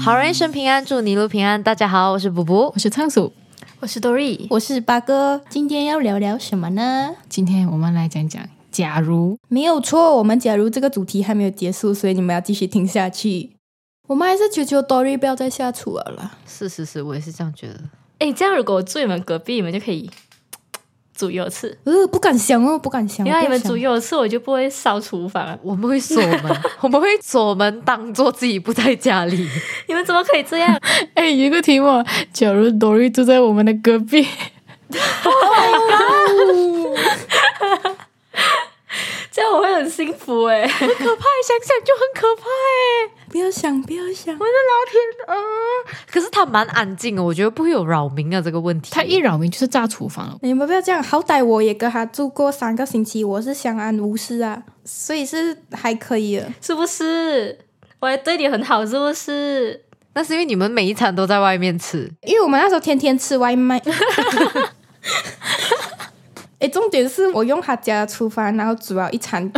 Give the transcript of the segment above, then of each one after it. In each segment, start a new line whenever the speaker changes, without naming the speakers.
好人一生平安，祝你一路平安。大家好，我是卜卜
我。是仓鼠。
我是 Dory，
我是八哥，今天要聊聊什么呢？
今天我们来讲讲，假如
没有错，我们假如这个主题还没有结束，所以你们要继续听下去。我们还是求求 Dory 不要再下厨了啦。
是是是，我也是这样觉得。
哎、这样如果我住你们隔壁，你们就可 以煮油吃。
呃，不敢想哦，不敢想。
因为你们
不
煮
敢想
油嗯吃，我就不会烧厨房了。
我们会锁门， 我们会锁门，当做自己不在家里。
你们怎么可以这样？
哎，有一个题目，假如 Dory 住在我们的隔壁，
这样我会很幸福哎、
可怕，想想就很可怕哎、
不要想，不要想。哎
呃，可是他蛮安静的，我觉得不会有扰民啊这个问题。
他一扰民就是炸哦厨房了。？
你们不要这样，好歹我也跟他住过三个星期，我是相安无事啊，所以是还可以的。
是不是？我还对你很好，是不是？
那是因为你们每一餐都在外面吃，
因为我们那时候天天吃外卖。 哎，重点是我用他家的厨房，然后煮了一餐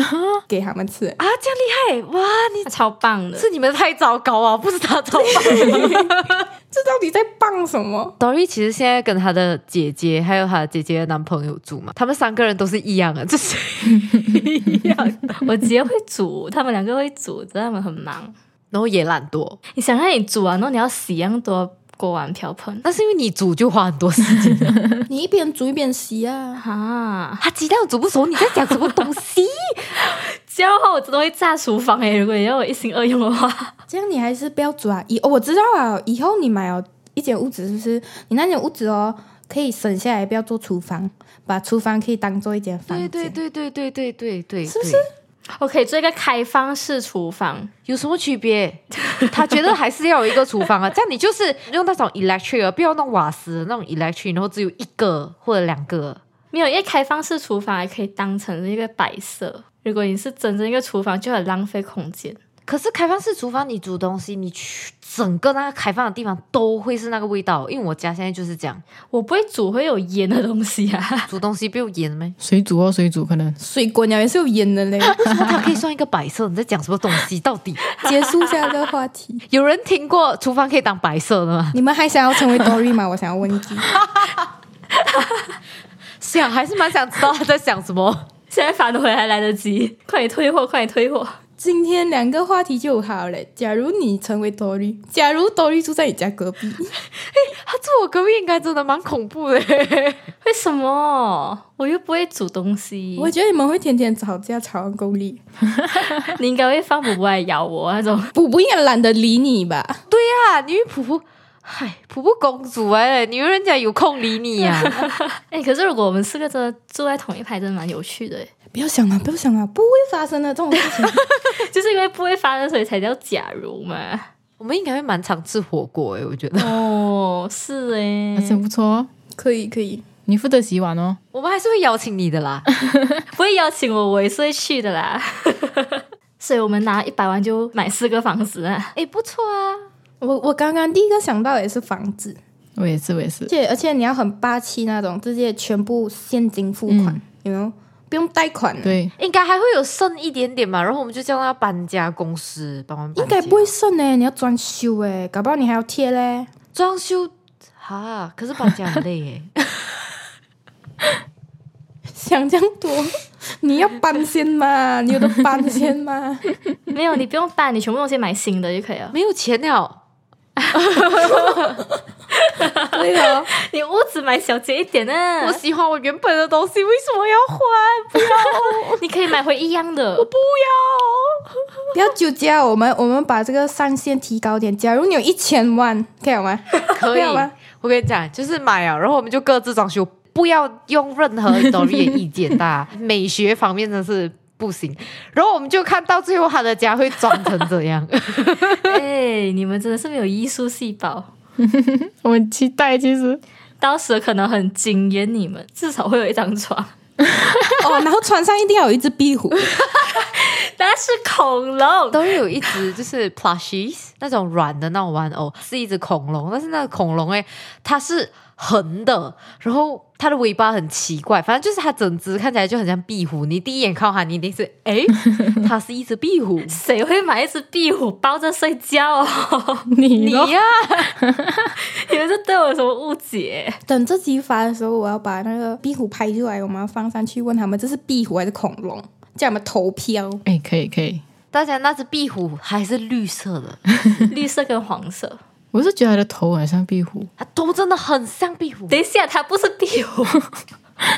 给他们吃。
啊，这样厉害哇！你
他超棒的，
是你们太糟糕啊，不是他糟糕。
这到底在棒什么？
Dory 其实现在跟她的姐姐还有她姐姐的男朋友住嘛，他们三个人都是一样的，就是 一样的，
我直接会煮，他们两个会煮，知道他们很忙。
然后也懒惰。
你想让你煮啊，然后你要洗一样多锅碗瓢盆
那是因为你煮就花很多时间，
你一边煮一边洗啊！
啊！
他鸡蛋煮不熟，你在讲什么东西？
这样的话我真的会炸厨房哎、如果你要我一心二用的 话，
这样你还是不要煮啊！以哦，我知道啊，以后你买哦一间屋子，是不是？你那间屋子哦，可以省下来，不要做厨房，把厨房可以当做一间房
对对
间。
对对对对对对，是
不是
我可以做一个开放式厨房。
有什么区别？ 他觉得还是要有一个厨房啊，这样你就是用那种 electric，的不要弄瓦斯的那种 electric，然后只有一个或者两个。
没有，因为开放式厨房还可以当成一个摆设。如果你是整整一个厨房，就很浪费空间。
可是开放式厨房，你煮东西，你去整个那个开放的地方都会是那个味道。因为我家现在就是 这样，
我不会煮会有烟的东西啊，
煮东西不用盐没
水煮哦，水煮可能
水果鸟也是有烟 的嘞。
为什么它可以算一个摆设？你在讲什么东西？到底
结束一下这个话题，
有人听过厨房可以当摆设的吗？
你们还想要成为 Dory 吗？我想要问一句，
想还是蛮想知道他在想什 么。
现在反悔还来得及，快点退货，快点退货。
今天两个话题就好了。假如你成为 Dory，假如 Dory 住在你家隔壁，
他住我隔壁应该真的蛮恐怖的。
为什么？我又不会煮东西，
我觉得你们会天天吵架，吵到够力。
你应该会放布布来咬我啊那种。
不不应该懒得理你吧？
对呀、你因为普普，嗨，普普公主哎、你以为人家有空理你啊呀、
哎、可是如果我们四个真的住在同一排，真的蛮有趣的耶。
不要想了，啊不要想了，不会发生的这种事情。
就是因为不会发生，所以才叫假如嘛。
我们应该会蛮常吃火锅哎、我觉得
哦，是哎
还，真不错哦。
可以可以，
你负责洗碗哦。
我们还是会邀请你的 啦。
不会邀请我，我也是会去的啦。 所以我们拿一百万就买四个房子啊！
哎、不错啊，
我我刚刚第一个想到也是房子，
我也是，我也是
而。且而且你要很霸气那种，直接全部现金付款，你 you know, 不用贷款，，
对，
应该还会有剩一点点吧，然后我们就叫他搬家公司帮忙搬家。
应该不会剩呢、你要装修哎、搞不好你还要贴嘞。
装修哈，可是搬家很 累哎、
想这样多， 你要搬先嘛，你有的搬先嘛。
没有，你不用搬，你全部东西买新的就可以了。
没有钱了。
对
啊
哦，
你屋子买小间一点 呢、啊
我喜欢我原本的东西，为什么要换？不
你可以买回一样的。
要。
不要酒驾，我们我们把这个上限提高点。假如你有一千万，可以吗？
可
不要
以
吗，
我跟你讲，就是买啊，然后我们就各自装修，不要用任何 Dory 的意见大 家美学方面真的是不行。然后我们就看到最后他的家会装成怎样。
哎、你们真的是没有艺术细胞，
我很期待。其实
到时可能很惊艳你们，至少会有一张床。
哦，然后船上一定要有一只壁虎。
那是恐 龙，
都有一只就是 plushies 那种软的那种玩偶，是一只恐龙，但是那个恐龙哎、它是横的，然后。它的尾巴很奇怪，反正就是它整只看起来就很像壁虎。你第一眼看它，你一定是哎， 它是一只壁虎。
谁会买一只壁虎抱着睡觉、哦？
你
你
咯
呀、
你们这对我有什么误解？
等这集发的时候，我要把那个壁虎拍出来，我们要放上去，问他们这是壁虎还是恐龙，叫他们投票。
哎，可以可以，
大家那只壁虎还是绿色的，
绿色跟黄色。
我是觉得他的头很像壁虎，
它头真的很像壁虎。
等一下，它不是壁虎，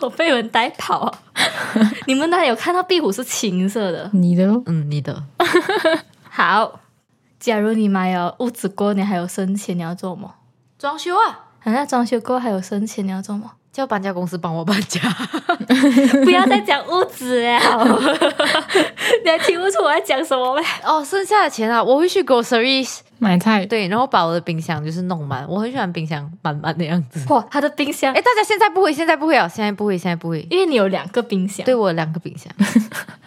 我被人带跑啊！你们那里有看到壁虎是青色的？
你的咯，
嗯，你的
好，假如你买了屋子过后，你还有生钱，你要做么？
装修啊，
好像装修过后还有生钱，你要做么？
叫搬家公司帮我搬家。
不要再讲屋子了， 你还听不出我在讲什么吗？
哦，剩下的钱啊，我会去 groceries
买菜
对，然后把我的冰箱就是弄满。我很喜欢冰箱满满的样子。
哇，他的冰箱，
哎，大家现在不会，现在不会啊，现在不会，现在不会。
因为你有两个冰箱，
对，我有两个冰箱，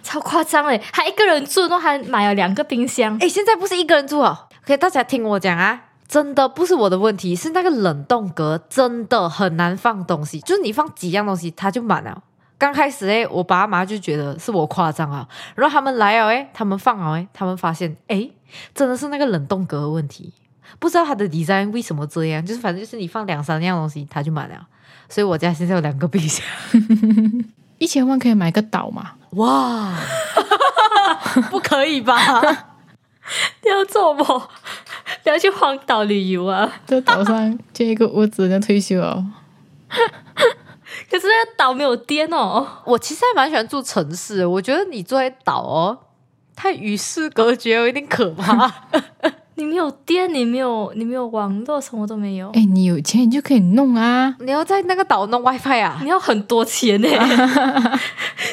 超夸张嘞！他一个人住，然后还买了两个冰 箱，
哎，现在不是一个人住哦。可以，大家听我讲啊，真的不是我的问题，是那个冷冻格真的很难放东西，就是你放几样东西它就满了。刚开始哎，我爸妈就觉得是我夸张啊，然后他们来了哎，他们放了哎，他们发现哎，真的是那个冷冻格的问题，不知道它的 design 为什么这样，就是反正就是你放两三样东西它就满了，所以我家现在有两个冰箱。
一千万可以买个岛嘛？
哇， 不可以吧？
你要做么？ 你要去荒岛旅游啊？
这岛上建一个屋子，人家退休了，
可是那个岛没有电哦。
我其实还蛮喜欢住城市的，我觉得你住在岛哦，太与世隔绝，哦有一点可怕。
你没有电，你没有，你没有网络，什么都没有。
哎，你有钱你就可以弄啊，
你要在那个岛弄 WiFi 啊
你，要很多钱呢、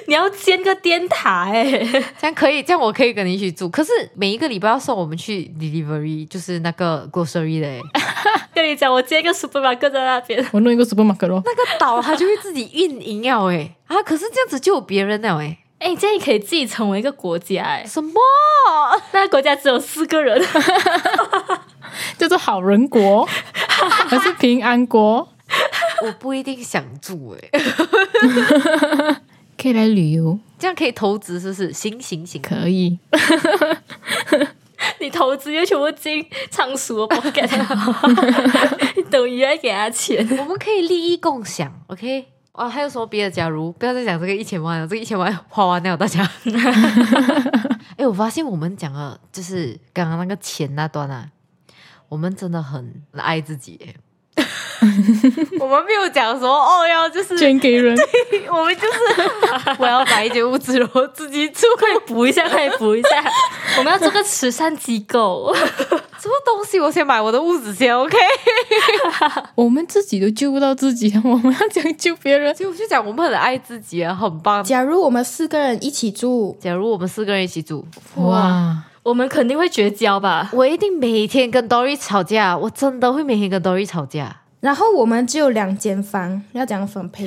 你要建个电台、欸，
这样可以，这样我可以跟你一起住。可是每一个礼拜要送我们去 delivery，就是那个 grocery 的欸，
跟你讲，我建一个 supermarket 在那边，
我弄一个 supermarket 咯，
那个岛它就会自己运营了哎啊！可是这样子就有别人了哎，
哎、这样你可以自己成为一个国家、哎，
什么？
那个国家只有四个人，
叫做好人 国，还是平安国？
我不一定想住哎，
可以来旅游，
这样可以投资是不是？行行行，
可以，
你投资又全部进仓鼠的 pocket，你等于要给他钱。
我们可以利益共享，OK？哦，还有什么别的？假如不要再讲这个一千万了，这个一千万花完了，大家。 哎、我发现我们讲了，就是刚刚那个钱那段啊，我们真的很爱自己 耶。我们没有讲什么哦，要就是
捐给人，
我们 就是我要买一间屋子，然后自己住，
快补一下，快补一下！我们要做个慈善机构，
什么东西？我先买我的屋子先，OK？
我们自己都救不到自己， 我们要讲救别人。
所以我就讲我们很爱自己啊，很棒。
假如我们四个人一起住，
假如我们四个人一起住，
哇，
我们肯定会绝交吧？
我一定每天跟 Dory 吵架，我真的会每天跟 Dory 吵架。
然后我们只有两间房，要怎样分配？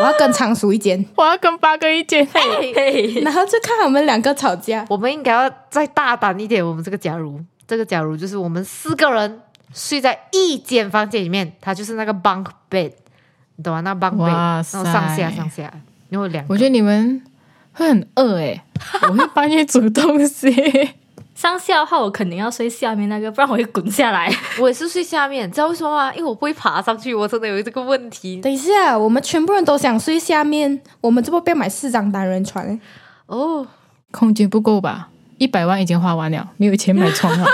我要跟仓鼠一间，
我要跟八哥一间，
嘿，
然后就看我们两个吵架。
我们应该要再大胆一点。我们这个假如，这个假如就是我们四个人睡在一间房间里面，它就是那个 bunk bed，你懂吗？那 bunk bed，
哇
然后
塞
上下上下，然后两个
我觉得你们会很饿欸诶、 我会半夜煮东西，
上下的话我肯定要睡下面那个，不然我会滚下来。
我也是睡下面，你知道为什么吗？因为我不会爬上去，我真的有这个问题。
等一下，我们全部人都想睡下面，我们这不要买四张单人床？
哦，
空间不够吧？一百万已经花完了，没有钱买床 了。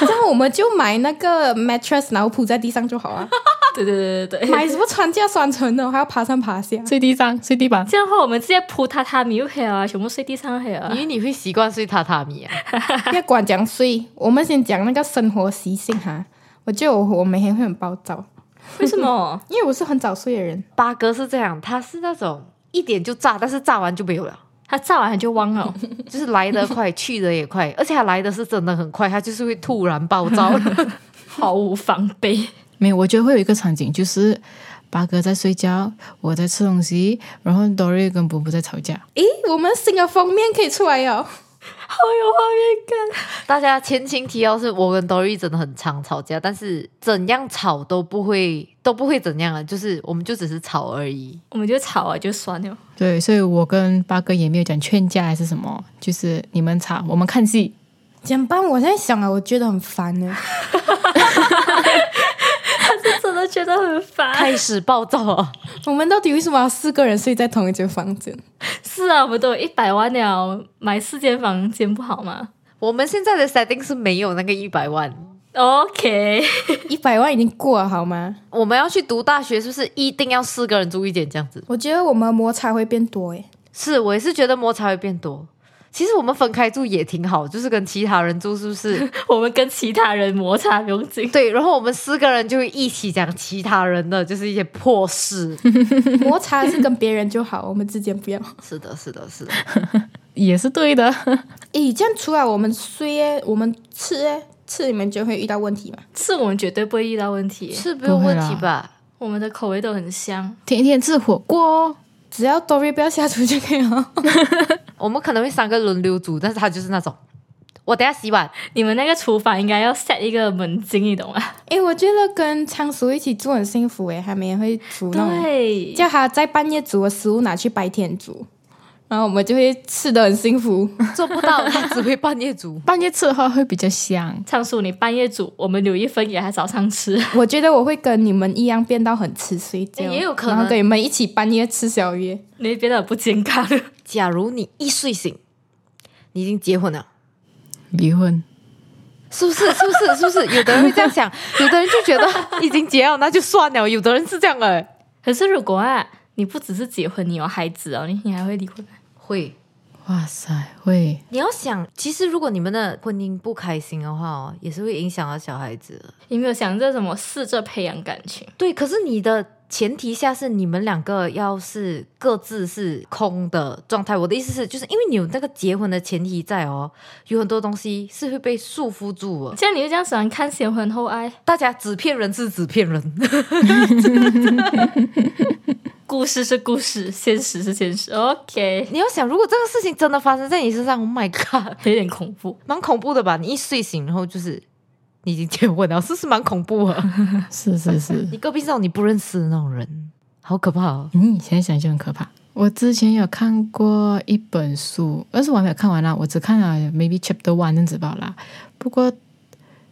这样我们就买那个 mattress，然后铺在地上就好啊。
对对对对对，
买什么床架、双层的，还要爬上爬下。
睡地上，睡地板，
这样的话我们直接铺榻榻米就可以了啊，全部睡地上就可以了
因
啊。
为你会习惯睡榻榻米啊。
别管讲睡，我们先讲那个生活习性哈。我觉得我我每天会很暴躁，
为什么？
因为我是很早睡的人。
八哥是这样，他是那种一点就炸，但是炸完就没有了。
他炸完他就忘 了，
就是来得快，去得也快，而且他来的是真的很快，他就是会突然暴躁。
毫无防备。
没有。我觉得会有一个场景，就是八哥在睡觉，我在吃东西，然后 Dory 跟波波在吵架。
诶，我们新的封面可以出来哦！
大家前情提要是我跟 Dory 真的很常吵架，但是怎样吵都不会都不会怎样啊，就是我们就只是吵而已。
我们就吵啊，就算了。
对，所以我跟八哥也没有讲劝架还是什么，就是你们吵，我们看戏。
讲班，我现在想了，我觉得很烦呢。
就真的觉得很烦。
开始暴躁啊！
我们到底为什么要四个人睡在同一间房间？
是啊，我们都有一百万了，买四间房间不好吗
我们现在的 setting 是没有那个一百万，
？OK，
一百万已经过了好吗？
我们要去读大学，是不是一定要四个人住一间这样子？
我觉得我们摩擦会变多 诶。
是我也是觉得摩擦会变多。其实我们分开住也挺好，就是跟其他人住，是不是？
我们跟其他人摩擦不用紧。
对，然后我们四个人就会一起讲其他人的，就是一些破 事。
摩擦是跟别人就好，我们之间不要。
是的，是的，是的。
也是对 的，
咦，这样出来我们睡诶，我们吃诶，吃你们就会遇到问题嘛？
是我们绝对不会遇到问题，
是没有问题吧？
我们的口味都很香。
天天吃火锅哦，
只要 Dory 不要下厨就可以了。
我们可能会三个轮流煮，但是他就是那种，我等一下洗碗，
你们那个厨房应该要 set 一个门禁，你懂吗？
诶，我觉得跟仓鼠一起住很幸福诶，他们也会煮那种
对，
叫他在半夜煮的食物拿去白天煮，然后我们就会吃的很幸福。
做不到，他只会半夜 煮。
半夜吃的话会比较香。
仓鼠你半夜煮，我们留一份给他早上吃。
我觉得我会跟你们一样变到很迟睡觉，
也有可能
然后跟你们一起半夜吃宵夜。
你会变得很不健康。
假如你一睡醒，你已经结婚了。
离婚，
是不是？是不是？是不是？有的人会这样想， 有的人就觉得已经结了那就算了，有的人是这样哎、
可是如果啊，你不只是结婚，你有孩子哦，你你还会离婚吗？
会，
哇塞，会
你要想，其实如果你们的婚姻不开心的话哦，也是会影响到小孩子的。
你没有想着什么试着培养感情？
对，可是你的前提下是你们两个要是各自是空的状态。我的意思是，就是因为你有那个结婚的前提在哦，有很多东西是会被束缚住的。
这样你就这样喜欢看《先婚后爱》
大家纸片人是纸片人，
故事是故事，现实是现实。OK，
你要想，如果这个事情真的发生在你身上，Oh my god！
有点恐怖。
蛮恐怖的吧？你一睡醒，然后就是你已经结婚了，是 不是蛮恐怖的？
是是 是，
你隔壁是那种你不认识的那种人，好可怕、哦！
嗯，想一想就很可怕。我之前有看过一本书，但是我还没有看完啦，我只看了 maybe chapter one 那样子吧啦。不过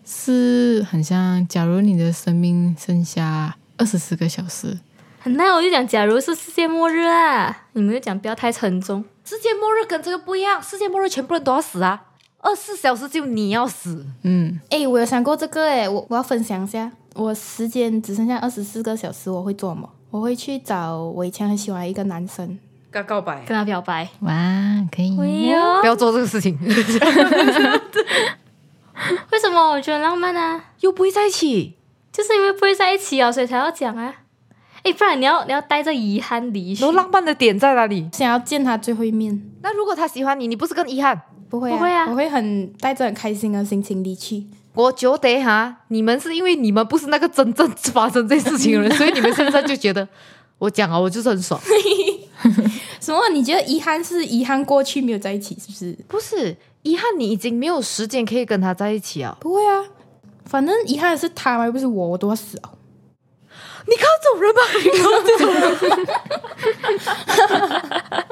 是很像，假如你的生命剩下二十四个小时，
那我就讲，假如是世界末日啊，你们就讲不要太沉重。
世界末日跟这个不一样，世界末日全部人都要死啊！二十四小时只有你要死，
嗯，
诶，我有想过这个诶，我我要分享一下，我时间只剩下二十四个小时，我会做什么？我会去找我以前很喜欢的一个男生，
告告白，
跟他表白，哎
哇，可以，
没有、
不要做这个事情，
为什么我觉得浪漫啊？
又不会在一起。
就是因为不会在一起啊，所以才要讲啊。哎，不然你要你要带着遗憾离去
然后，浪漫的点在哪里？
想要见他最后一面。
那如果他喜欢你，你不是更遗憾？
不会、啊，
不会啊
我会很带着很开心的心情离去。
我觉得哈，你们是因为你们不是那个真正发生这事 情的人，所以你们现在就觉得我讲啊，我就是很爽。
什么？你觉得遗憾是遗憾过去没有在一起，是不是？
不是遗憾，你已经没有时间可以跟他在一起啊！
不会啊，反正遗憾的是他嘛，又不是我，我都要死哦。
你看这种人吧， 你看这种人吧。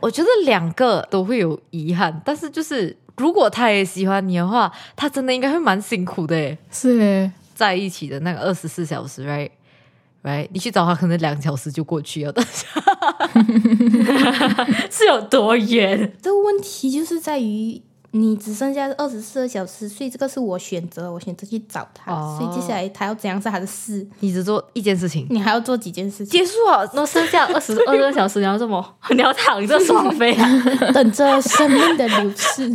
我觉得两个都会有遗憾，但是就是如果他也喜欢你的话，他真的应该会蛮辛苦的欸诶，
是嘞，
在一起的那个二十四小时，right right，你去找他可能两小时就过去了，但是
是有多远？
这个问题就是在于你只剩下二十四个小时，所以这个是我选择，我选择去找他，
哦
所以接下来他要怎样是他的事，
你只做一件事情。
你还要做几件事情，
结束了，
那剩 下二十二个小时，你要这么？ 你要躺着爽飞啊？
等着生命的流逝。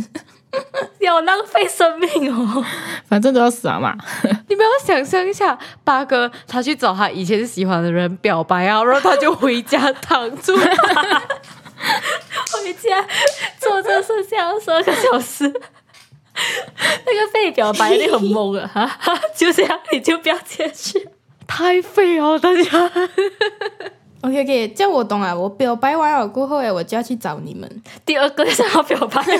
你要浪费生命哦！
反正都要死了嘛。
你们要想象一下，八哥他去找他以前喜欢的人表白啊，然后他就回家躺 住，
回家坐着剩下二十二个小时， 那个被表白的很懵啊！ 哈，就这样，你就不要接去。
太废了，大家。
OK OK，这样我懂了。我表白完了过后，哎，我就要去找你们。
第二个就是要表白，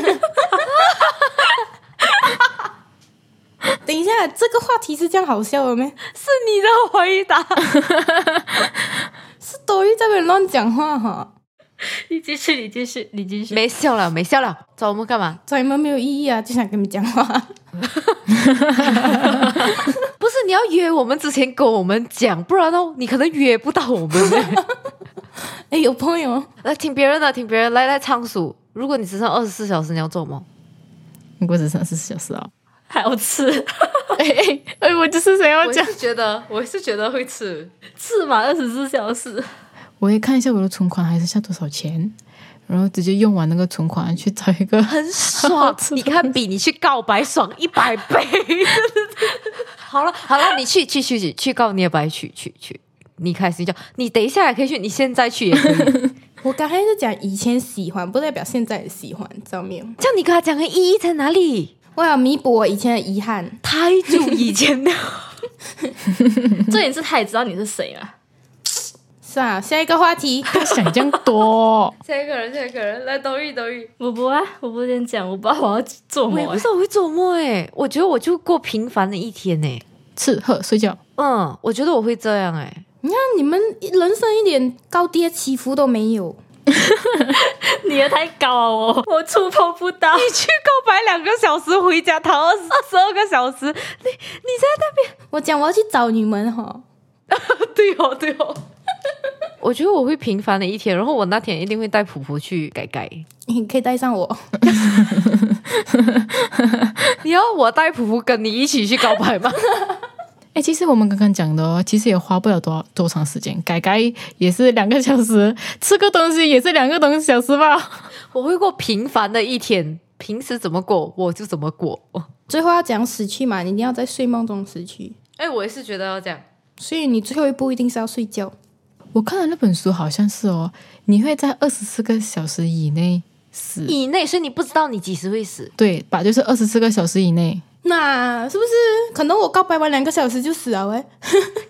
等一下，这个话题是这样好笑的咩？
是你的回答，
是多余在那边乱讲话哈，
你继续，你继续，你继续。
没笑了，没笑了，找我们干嘛？
找你们没有意义啊，就想跟你们讲话。
不是你要约我们之前跟我们讲，不然哦，你可能约不到我 们。
哎，有朋友，
来听别人的，听别人来来仓鼠。如果你只剩二十四小时，你要做梦。
不过只剩四十小时哦。
还要吃
哎哎哎，我就是想要讲，
是觉得，我是觉得会吃。
吃满二十四小时，
我也看一下我的存款还剩下多少钱，然后直接用完那个存款去找一个。
很爽，你看比你去告白爽一百倍。 好了好了，你去去去去去告聂白去去去，你开心就好你等一下也可以去，你现在去也可以。
我刚才是讲以前喜欢，不代表现在也喜欢，知道没有？
这样你跟他讲个意义在哪里？
我要弥补我以前的遗憾。
太久以前了，
重点是他也知道你是谁啊。
是啊，下一个话题
他想这样多，
下一个人，下一个人，来抖音抖音。
我不啊，我不先讲，我不知道我要做
我
什
也不
么
知。道我会做梦哎、我觉得我就过平凡的一天哎、
吃喝睡觉，
嗯，我觉得我会这样哎、
你看你们人生一点高低起伏都没有，
你也太高了， 我我触碰不到。
你去告白两个小时，回家躺二十二个小时，你你在那边。
我讲我要去找你们哈。
对哦，对 哦。我觉得我会平凡的一天，然后我那天一定会带普普去改改。
你可以带上我，
你要我带普普跟你一起去告白吗？
哎，其实我们刚刚讲的哦，其实也花不了多多长时间，改改也是两个小时，吃个东西也是两个东西小时 吧。
我会过平凡的一天，平时怎么过我就怎么过。
最后要讲死去嘛，你一定要在睡梦中死去，
哎，我也是觉得要这样。
所以你最后一步一定是要睡觉。
我看了那本书，好像是哦，你会在二十四个小时以内死，
以内，所以你不知道你几时会死。
对吧？就是二十四个小时以内。
那是不是可能我告白完两个小时就死了、欸？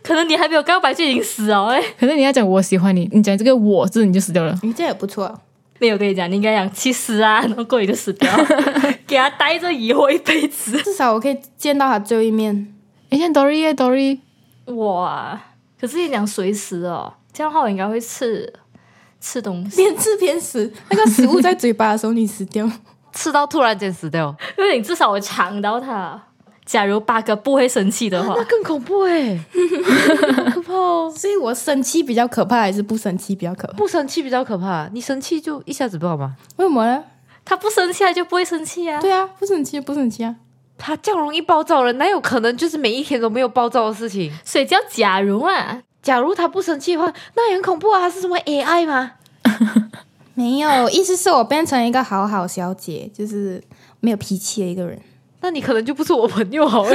可能你还没有告白就已经死了哎、
可是你要讲我喜欢你，你讲这个我字你就死掉了。
喂，这也不错。啊
没有，我跟你讲，你应该讲去死啊，然后过一个死 掉，给他待着疑惑一辈子。
至少我可以见到他最后一面。
哎，像 Dory 耶，Dory，
哇！可是你讲随时哦，这样的话我应该会吃吃东西，
边吃边死，那个食物在嘴巴的时候你死掉，
吃到突然间死掉，
因为你至少我尝到它。假如八哥不会生气的 话，
更恐怖哎、好可怕哦！
所以我生气比较可怕，还是不生气比较可怕？
不生气比较可怕，你生气就一下子不好吗？
为什么呢？
他不生气他就不会生气啊。
对啊，不生气就不生气啊。
他这样容易暴躁了，哪有可能就是每一天都没有暴躁的事情？
所以叫假如 啊，
假如他不生气的话，那也很恐怖啊！他是什么 AI 吗？
没有，意思是我变成一个好好小姐，就是没有脾气的一个人。
那你可能就不是我朋友好了。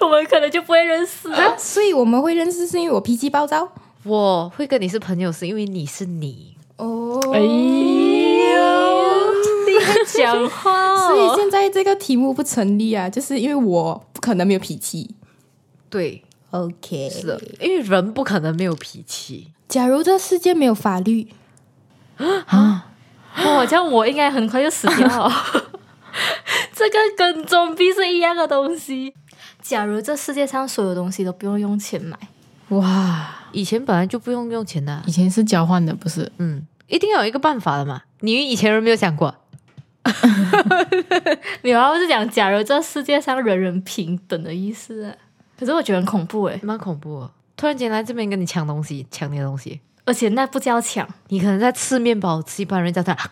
我们可能就不会认识了。
啊，所以我们会认识是因为我脾气暴躁
我会跟你是朋友，是因为你是你。
哦。
哎呦，
你会讲话、哦
所以现在这个题目不成立啊，就是因为我不可能没有脾气。
对，
OK，
是的，因为人不可能没有脾气。
假如这世界没有法律，
哇，这样我应该很快就死掉了。 这个跟装逼是一样的东西。假如这世界上所有东西都不用用钱买，
哇！
以前本来就不用用钱的啊、
以前是交换的，不是？
嗯，一定要有一个办法的嘛。你以前人没有想过，
没有啊，我是讲假如这世界上人人平等的意思啊。可是我觉得很恐怖欸诶，
蛮恐怖的。哦突然间来这边跟你抢东西，抢你的东西，
而且那不叫抢，
你可能在吃面包吃一半，人家在，啊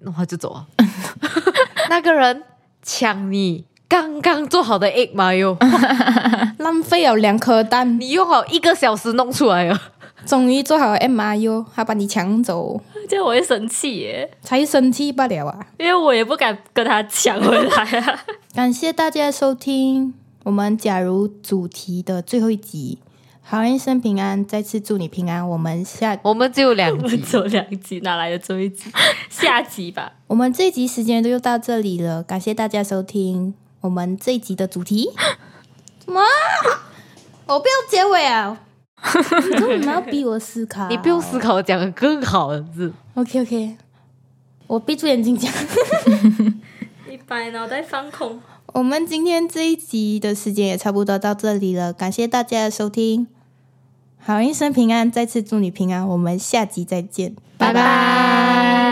那他就走 啊。那个人抢你刚刚做好的 egg mayo，
浪费了两颗蛋，
你用好一个小时弄出来了。
终于做好了 MRU，还把你抢走，
这样我会生气耶，
才生气罢了啊！
因为我也不敢跟他抢回来 啊。
感谢大家的收听我们假如主题的最后一集，好人一生平安，再次祝你平安。我们下
我们只有两
我们
集，
只有两集，哪来的最后一集？下集吧。
我们这一集时间就到这里了，感谢大家收听 我们这一集的主题。什么？我不要结尾啊！你为什么要逼我思考？啊
你不用思考，讲的更好的字。
OK OK，我闭住眼睛讲。
你把脑袋放空。
我们今天这一集的时间也差不多到这里了，感谢大家的收听，好人一生平安，再次祝你平安，我们下集再见，
拜拜。